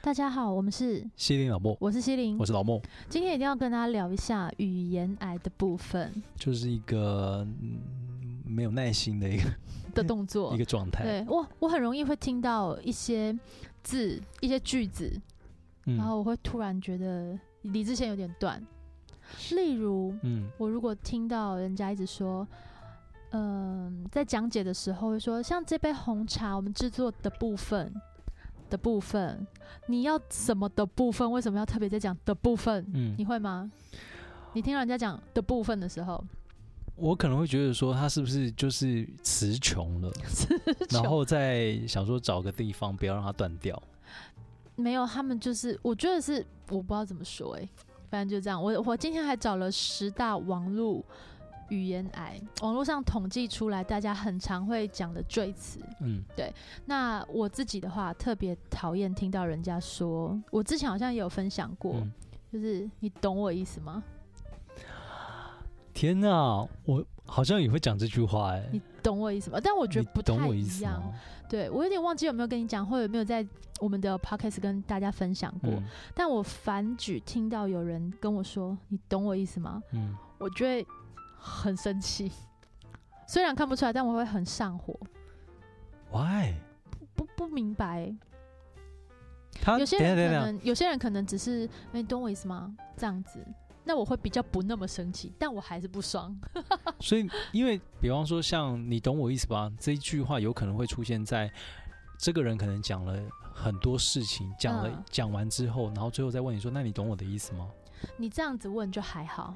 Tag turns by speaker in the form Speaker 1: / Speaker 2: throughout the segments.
Speaker 1: 大家好，我们是，
Speaker 2: 西林老莫，
Speaker 1: 我是西林
Speaker 2: 我，是老莫，
Speaker 1: 今天一定要跟大家聊一下语言癌的部分
Speaker 2: 就是一个、嗯、没有耐心的一 个
Speaker 1: 的动作
Speaker 2: 一。个状态。
Speaker 1: 对，我我很容易会听到一些字、一些句子，
Speaker 2: 嗯
Speaker 1: 然后我会突然觉得离之前有点短。例如，
Speaker 2: 嗯
Speaker 1: 我如果听到人家一直说，嗯、在讲解的时候会说，像这杯红茶我们制作的部分的部分，你要什么的部分？为什么要特别在讲的部分？
Speaker 2: 嗯
Speaker 1: 你，会吗？你听到人家讲的部分的时 候，
Speaker 2: 我可能会觉得说他是不是就是词穷 了，然后再想说找个地方不要让它断掉。
Speaker 1: 没有，他们就是我觉得是我不知道怎么说哎、反正就这样。我我今天还找了十大网络语言癌，网络上统计出来大家很常会讲的赘词。
Speaker 2: 嗯
Speaker 1: 那我自己的话，特别讨厌听到人家说，我之前好像也有分享过，
Speaker 2: 嗯，
Speaker 1: 就是你懂我意思吗？
Speaker 2: 天哪，我好像也会讲这句话哎、
Speaker 1: 你懂我意思吗？但我觉
Speaker 2: 你
Speaker 1: 得不
Speaker 2: 懂
Speaker 1: 太
Speaker 2: 我意
Speaker 1: 一
Speaker 2: 思
Speaker 1: 样。
Speaker 2: 吗？
Speaker 1: 对我有点忘记有没有跟你讲，或有没有在我们的 podcast 跟大家分享过。
Speaker 2: 嗯
Speaker 1: 但我反举听到有人跟我说：“你懂我意思吗？”
Speaker 2: 嗯，
Speaker 1: 我就会很生气。虽然看不出来，但我会很上火，
Speaker 2: 喂，
Speaker 1: 不不明白。有
Speaker 2: 他等一
Speaker 1: 些
Speaker 2: 下
Speaker 1: 人
Speaker 2: 啊等
Speaker 1: 可
Speaker 2: 一下等一下，
Speaker 1: 能，有些人可能只是，你懂我意思吗？这样子，那我会比较不那么生气，但我还是不爽。
Speaker 2: 所以，因为比方说像你懂我意思吧，这一句话有可能会出现在这个人可能讲了很多事情，讲
Speaker 1: 嗯
Speaker 2: 了讲、完之后，然后最后再问你说，那你懂我的意思吗？
Speaker 1: 你这样子问就还好，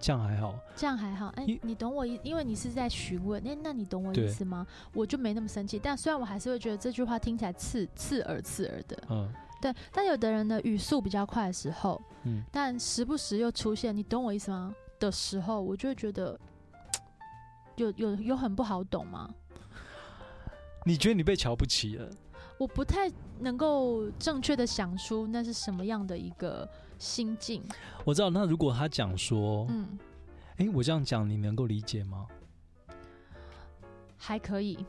Speaker 2: 这样还好，
Speaker 1: 这样还好。哎、
Speaker 2: 因
Speaker 1: 你懂我意，因为你是在询问，哎、那你懂我意
Speaker 2: 对
Speaker 1: 思吗？我就没那么生气。但虽然我还是会觉得这句话听起来刺刺耳刺耳的，
Speaker 2: 嗯
Speaker 1: 对，但有的人呢，语速比较快的时候，
Speaker 2: 嗯，
Speaker 1: 但时不时又出现“你懂我意思吗”的时候，我就会觉得有有有很不好懂吗？
Speaker 2: 你觉得你被瞧不起
Speaker 1: 嗯
Speaker 2: 了？
Speaker 1: 我不太能够正确的想出那是什么样的一个心境。
Speaker 2: 我知道，那如果他讲说，哎、
Speaker 1: 嗯，
Speaker 2: 我这样讲你能够理解吗？
Speaker 1: 还可以，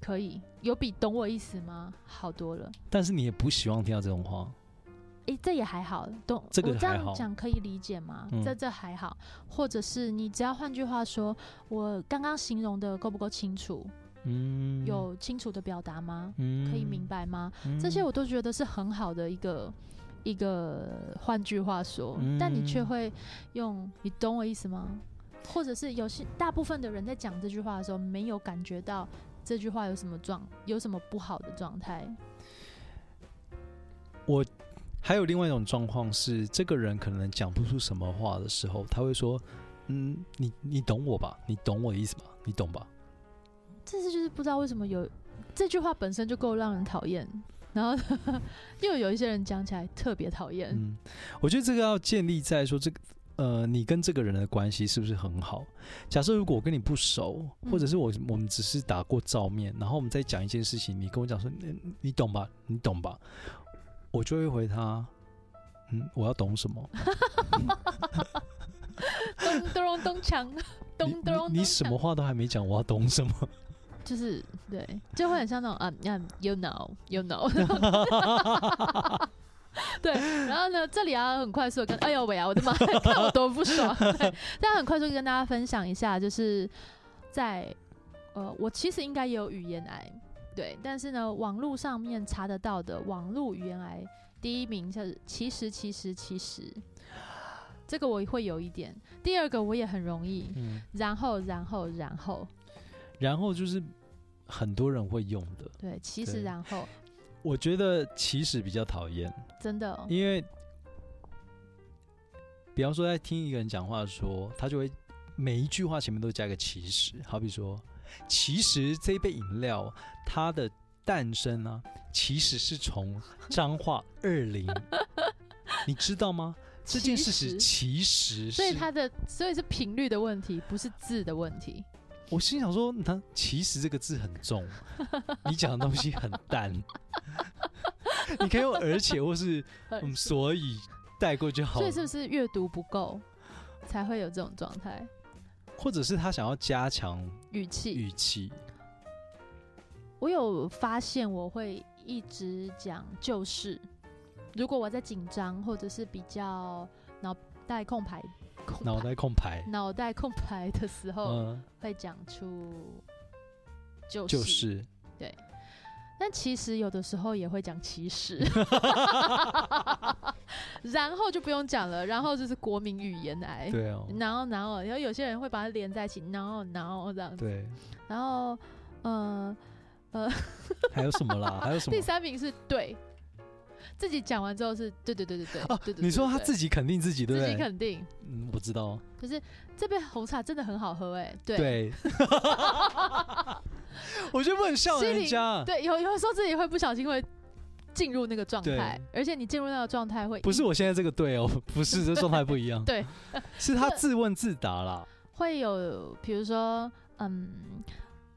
Speaker 1: 可以，有比懂我意思吗好多了。
Speaker 2: 但是你也不希望听到这种话，
Speaker 1: 诶，这也还好，懂
Speaker 2: 这个
Speaker 1: 我这
Speaker 2: 还
Speaker 1: 样
Speaker 2: 好
Speaker 1: 讲可以理解吗？
Speaker 2: 嗯
Speaker 1: 这这还好，或者是你只要换句话说，我刚刚形容的够不够清楚？
Speaker 2: 嗯，，
Speaker 1: 有清楚的表达吗？
Speaker 2: 嗯
Speaker 1: 可以明，白吗？
Speaker 2: 嗯
Speaker 1: 这些我都觉得是很好的一个一个，换句话说，
Speaker 2: 嗯
Speaker 1: 但你却会用，你懂我意思吗？或者是有些大部分的人在讲这句话的时候，没有感觉到这句话有什么状有什么不好的状态。
Speaker 2: 还有另外一种状况是，这个人可能讲不出什么话的时候，他会说：“嗯，你你懂我吧？你懂我的意思吧？你懂吧
Speaker 1: 这是就是不知道为什么有这句话本身就够让人讨厌，然后 又有一些人讲起来特别讨？”厌。
Speaker 2: 嗯，我觉得这个要建立在说这个呃，你跟这个人的关系是不是很好？假设如果我跟你不熟，
Speaker 1: 嗯
Speaker 2: 或者是我我们只是打过照面，然后我们再讲一件事情，你跟我讲说：“嗯你懂吧？你懂吧？”我就会回他：“嗯，我要懂什么？
Speaker 1: 咚咚咚锵，
Speaker 2: 嗯你
Speaker 1: 咚咚咚
Speaker 2: 你你什
Speaker 1: 锵
Speaker 2: 么话都还没讲，我要懂什么？”
Speaker 1: 就是对，就会很像那种啊啊，you know，you know，对。然后呢，这里啊，很快速地跟，哎呦喂啊，我的妈，看我多不爽。对，但很快速地跟大家分享一下，就是在呃，我其实应该也有语言癌，对，但是呢，网络上面查得到的网络语言癌第一名就是其实其实其实，这个我会有一点。第二个我也很容易，
Speaker 2: 嗯，
Speaker 1: 然后然后然后，
Speaker 2: 然后就是很多人会用的。
Speaker 1: 对，其实
Speaker 2: 对
Speaker 1: 然后。
Speaker 2: 我觉得其实比较讨厌，
Speaker 1: 真的哦、
Speaker 2: 因为比方说在听一个人讲话的时候，他就会每一句话前面都加一个其实，好比说，其实这杯饮料它的诞生呢、其实是从彰化二 零，你知道吗？这件事
Speaker 1: 其实
Speaker 2: 实其实是，
Speaker 1: 所以它的所以是频率的问题，不是字的问题。
Speaker 2: 我心想说，他其实这个字很重， 你讲的东西很淡，你可以用而且或 是嗯，所以带过就好
Speaker 1: 所
Speaker 2: 了
Speaker 1: 以，是不是阅读不够才会有这种状态？
Speaker 2: 或者是他想要加强
Speaker 1: 语气，
Speaker 2: 语气，
Speaker 1: 我有发现我会一直讲就是，如果我在紧张或者是比较脑袋空白、空
Speaker 2: 脑
Speaker 1: 白哦
Speaker 2: 袋空白，
Speaker 1: 脑袋空白的时候，
Speaker 2: 嗯，
Speaker 1: 会讲出就
Speaker 2: 就是
Speaker 1: 但其实有的时候也会讲歧 视，然后就不用讲了，然后就是国民语言癌，
Speaker 2: 对哦，
Speaker 1: 然后然后然后有些人会把它连在一起，然后然后这样子，
Speaker 2: 对，
Speaker 1: 然后呃
Speaker 2: 还有什么 啦？还有什么
Speaker 1: 第？三名是对，自己讲完之后是对对对对对，
Speaker 2: 啊
Speaker 1: 对对，对
Speaker 2: 你说他
Speaker 1: 对
Speaker 2: 自己肯定自己，对不
Speaker 1: 自己
Speaker 2: 对？
Speaker 1: 肯定，
Speaker 2: 嗯，我知道，
Speaker 1: 就是这杯红茶真的很好喝哎、对
Speaker 2: 对，我觉得不能笑
Speaker 1: 心
Speaker 2: 人
Speaker 1: 里
Speaker 2: 家，
Speaker 1: 对有有时候自己会不小心会进入那个状
Speaker 2: 对
Speaker 1: 态，而且你进入那个状态会
Speaker 2: 不是我现在这个对哦，不是这状态不一样，
Speaker 1: 对，
Speaker 2: 是他自问自答啦，
Speaker 1: 会有，比如说，嗯，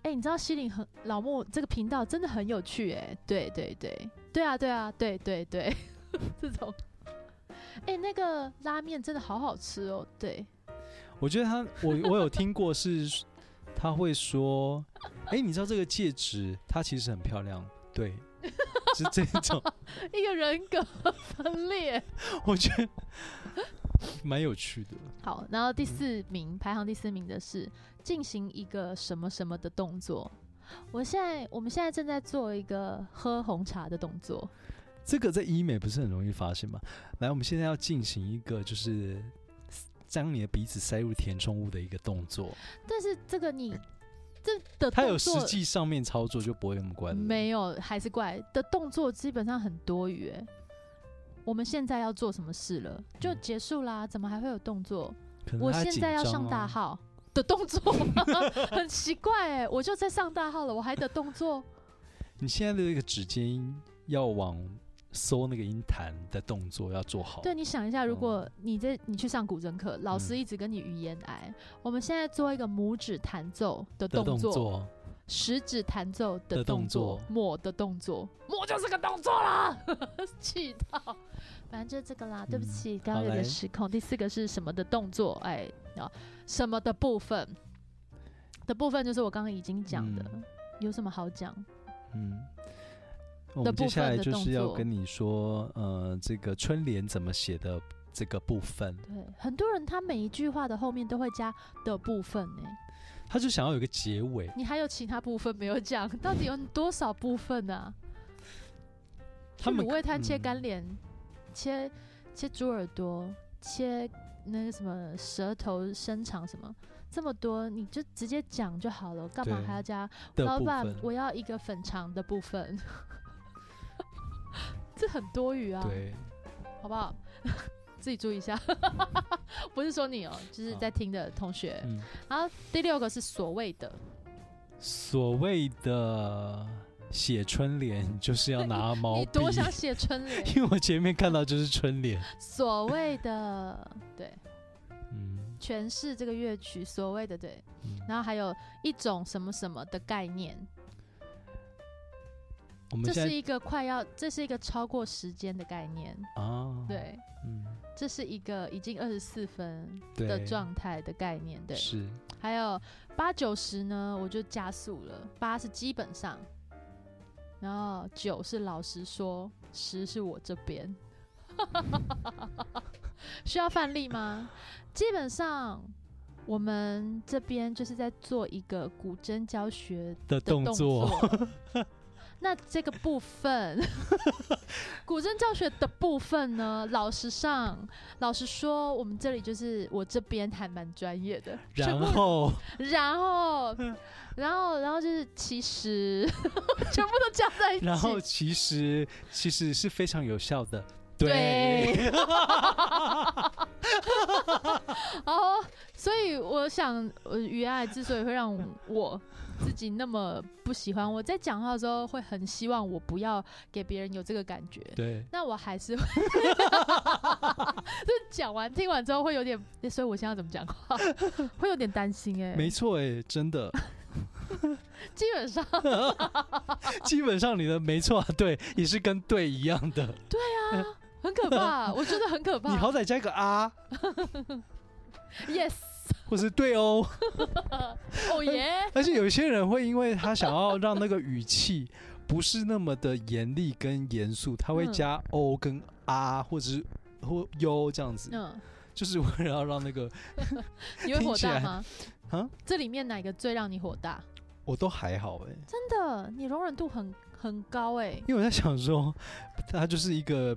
Speaker 1: 哎、你知道西林很老莫这个频道真的很有趣、哎，对对对，对啊对啊对对对， 这种，哎、那个拉面真的好好吃哦，对，
Speaker 2: 我觉得他，我 我有听过是，他会说，哎、你知道这个戒指，它其实很漂亮，对，是这种，
Speaker 1: 一个人格分裂。
Speaker 2: 我觉得蛮有趣的。
Speaker 1: 好，然后第四名、排行第四名的是进行一个什么什么的动作。我现在我们现在正在做一个喝红茶的动作，
Speaker 2: 这个在医美不是很容易发现吗？来，我们现在要进行一个就是将你的鼻子塞入填充物的一个动作，
Speaker 1: 但是这个你这的
Speaker 2: 它有
Speaker 1: 呃动
Speaker 2: 实
Speaker 1: 作
Speaker 2: 际上面操作就不会那么怪了。
Speaker 1: 没有，还是怪的动作基本上很多余欸。我们现在要做什么事了？就
Speaker 2: 嗯
Speaker 1: 结束啦，怎么还会有动作？
Speaker 2: 可能
Speaker 1: 我
Speaker 2: 它
Speaker 1: 现
Speaker 2: 紧
Speaker 1: 在要
Speaker 2: 张
Speaker 1: 上大
Speaker 2: 啊，
Speaker 1: 号的动作， 很奇怪哎、我就在上大号了，我还得动作？
Speaker 2: 哦你现在的这个指尖要往搜那个音弹的动作要做好。
Speaker 1: 对，你想一下，如
Speaker 2: 嗯
Speaker 1: 果你在你去上古筝课，老师
Speaker 2: 嗯
Speaker 1: 一直跟你语言癌，我们现在做一个拇指弹奏的
Speaker 2: 的
Speaker 1: 动
Speaker 2: 动
Speaker 1: 作，
Speaker 2: 作
Speaker 1: 食指弹奏的
Speaker 2: 的动
Speaker 1: 动作
Speaker 2: 作，
Speaker 1: 抹的动作，抹就是个动作啦， 气到，反正就是这个啦。对不
Speaker 2: 嗯
Speaker 1: 起，刚刚
Speaker 2: 好
Speaker 1: 有点
Speaker 2: 来
Speaker 1: 失控。第四个是什么的动作？哎，啊，什么的部分的部分就是我刚刚已经讲的，
Speaker 2: 嗯
Speaker 1: 有什么好讲？
Speaker 2: 嗯，我
Speaker 1: 的
Speaker 2: 们接
Speaker 1: 部
Speaker 2: 下
Speaker 1: 分
Speaker 2: 来
Speaker 1: 的
Speaker 2: 就
Speaker 1: 动
Speaker 2: 是要
Speaker 1: 作
Speaker 2: 跟你说，呃，这个春联怎么写的这个部分，
Speaker 1: 对，很多人他每一句话的后面都会加的部分呢、
Speaker 2: 他就想要有一个结尾。
Speaker 1: 你还有其他部分没有讲？到底有多少部分啊？
Speaker 2: 他
Speaker 1: 去
Speaker 2: 们
Speaker 1: 卤味摊切干
Speaker 2: 嗯
Speaker 1: 脸，切切猪耳朵，切那个什么舌头伸长什么，这么多你就直接讲就好了，干嘛
Speaker 2: 对
Speaker 1: 还要加？
Speaker 2: 的
Speaker 1: 老
Speaker 2: 部
Speaker 1: 板
Speaker 2: 分，，
Speaker 1: 我要一个粉肠的部 分，这很多余啊，
Speaker 2: 对，
Speaker 1: 好不好？ 自己注意一下， 不是说你哦、就是
Speaker 2: 好
Speaker 1: 在听的同学。
Speaker 2: 嗯，
Speaker 1: 然后第六个是所谓的，
Speaker 2: 所谓的写春联就是要拿毛
Speaker 1: 你多
Speaker 2: 笔，，
Speaker 1: 想写春联
Speaker 2: 因为我前面看到就是春联，
Speaker 1: 所谓的对
Speaker 2: 嗯，
Speaker 1: 诠释这个乐曲，所谓的对。
Speaker 2: 嗯
Speaker 1: 然后还有一种什么什么的概念，
Speaker 2: 我们
Speaker 1: 这
Speaker 2: 现
Speaker 1: 是
Speaker 2: 在
Speaker 1: 一个快要，这是一个超过时间的概念，
Speaker 2: 啊，，
Speaker 1: 对，
Speaker 2: 嗯，
Speaker 1: 这是一个已经二十四分
Speaker 2: 对，
Speaker 1: 的状态的概念，对。
Speaker 2: 是
Speaker 1: 还有八九十呢，我就加速了，八是基本上，然后九是老实说，十是我这边， 需要范例吗？基本上。我们这边就是在做一个古筝教学的
Speaker 2: 的动作，。
Speaker 1: 那这个部 分，古筝教学的部分呢，老实上，老实说，我们这里就是我这边还蛮专业的。全
Speaker 2: 然
Speaker 1: 部，
Speaker 2: 后
Speaker 1: 然后，
Speaker 2: 嗯
Speaker 1: 然后，然后就是其实 全部都加在一起。
Speaker 2: 然后其实其实是非常有效的，
Speaker 1: 对
Speaker 2: 对。
Speaker 1: 哦，所以我想，呃，于爱之所以会让我自己那么不喜欢，我在讲话的时候会很希望我不要给别人有这个感觉。
Speaker 2: 对
Speaker 1: 那我还是会 就讲完听完之后会有点，欸所以我现在要怎么讲话， 会有点担心哎、
Speaker 2: 没错哎，真的，
Speaker 1: 基本上
Speaker 2: 基本上你的没错啊，对，也是跟对一样的。
Speaker 1: 很可怕，我觉得很可
Speaker 2: 你
Speaker 1: 怕。
Speaker 2: 好歹加个啊，
Speaker 1: yes，
Speaker 2: 或是对哦。
Speaker 1: 哦耶，
Speaker 2: 而且有些人会因为他想要让那个语气不是那么的严厉跟严肃，它会
Speaker 1: 嗯
Speaker 2: 加 o 跟 r 或者是或 u 这样子，
Speaker 1: 嗯，
Speaker 2: 就是为了要让那个
Speaker 1: 你会
Speaker 2: 听
Speaker 1: 火
Speaker 2: 起
Speaker 1: 大
Speaker 2: 来
Speaker 1: 吗？
Speaker 2: 啊，
Speaker 1: 这里面哪个最让你火大？
Speaker 2: 我都还好哎、
Speaker 1: 真的，你容忍度很很高哎、
Speaker 2: 因为我在想说，他就是一个，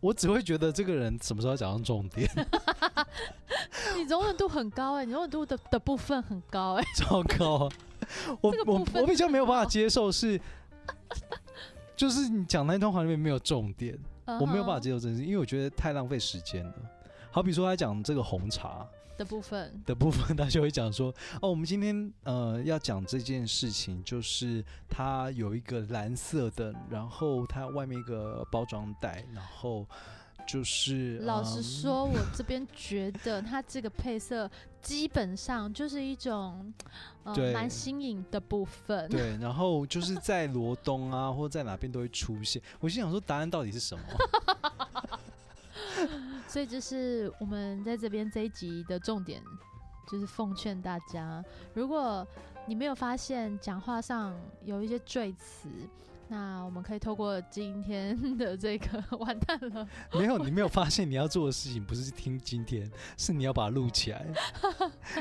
Speaker 2: 我只会觉得这个人什么时候讲上重点，
Speaker 1: 你容忍度很高哎、你容忍度的的部分很高 哎、
Speaker 2: 糟糕啊、我
Speaker 1: 这个
Speaker 2: 我
Speaker 1: 部分
Speaker 2: 我比较没有办法
Speaker 1: 很好
Speaker 2: 接受是，就是你讲那一通话里面没有重点， 我没有办法
Speaker 1: 嗯哼
Speaker 2: 接受这件事，因为我觉得太浪费时间了。好比说他讲这个红茶
Speaker 1: 的部分，
Speaker 2: 的部分，他就会讲说，哦，我们今天呃要讲这件事情，就是它有一个蓝色的，然后它外面一个包装袋，然后就是
Speaker 1: 老实
Speaker 2: 嗯
Speaker 1: 说，我这边觉得它这个配色基本上就是一种，呃，
Speaker 2: 对
Speaker 1: 蛮新颖的部分。
Speaker 2: 对，然后就是在罗东啊，或在哪边都会出现。我心想说，答案到底是什么？
Speaker 1: 所以就是我们在这边这一集的重点，就是奉劝大家，如果你没有发现讲话上有一些赘词，那我们可以透过今天 的这个完蛋了，
Speaker 2: 没有，你没有发现你要做的事情不是听今天，是你要把它录起 来。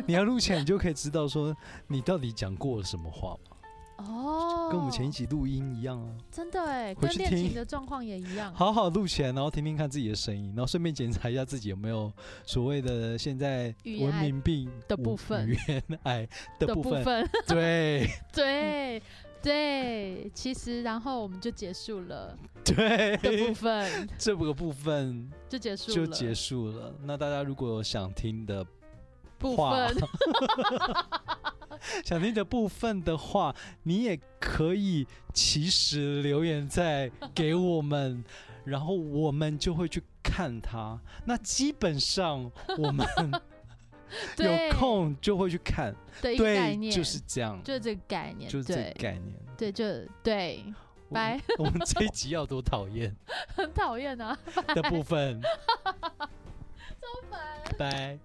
Speaker 2: 你要录起来，你就可以知道说你到底讲过了什么话嘛，
Speaker 1: 哦，
Speaker 2: 跟我们前一集录音一样啊，
Speaker 1: 真的哎，
Speaker 2: 回
Speaker 1: 跟
Speaker 2: 去
Speaker 1: 恋
Speaker 2: 听
Speaker 1: 情的状况也一样。
Speaker 2: 好好录起来，然后听听看自己的声音，然后顺便检查一下自己有没有所谓的现在
Speaker 1: 语言
Speaker 2: 文
Speaker 1: 癌
Speaker 2: 明病
Speaker 1: 的
Speaker 2: 无
Speaker 1: 部分
Speaker 2: 语言癌哎的
Speaker 1: 的
Speaker 2: 部
Speaker 1: 部
Speaker 2: 分，
Speaker 1: 分，
Speaker 2: 对
Speaker 1: 对对，其实然后我们就结束 了 的部
Speaker 2: 对，
Speaker 1: 分，
Speaker 2: 这个部分
Speaker 1: 就结束了，
Speaker 2: 就结束了。那大家如果有想听的
Speaker 1: 部
Speaker 2: 话
Speaker 1: 分，
Speaker 2: 想听的部分的话，你也可以其实留言在给我们，然后我们就会去看它。那基本上我 们
Speaker 1: 对
Speaker 2: 有空就会去看，
Speaker 1: 的一个概
Speaker 2: 对，
Speaker 1: 念，
Speaker 2: 就是这样，
Speaker 1: 就是这个概念，
Speaker 2: 就是这个
Speaker 1: 对
Speaker 2: 概念。
Speaker 1: 对，就对，
Speaker 2: 我
Speaker 1: 拜
Speaker 2: 们，我们这一集要多讨厌
Speaker 1: 很讨厌啊，
Speaker 2: 的部分，
Speaker 1: 拜。
Speaker 2: 拜。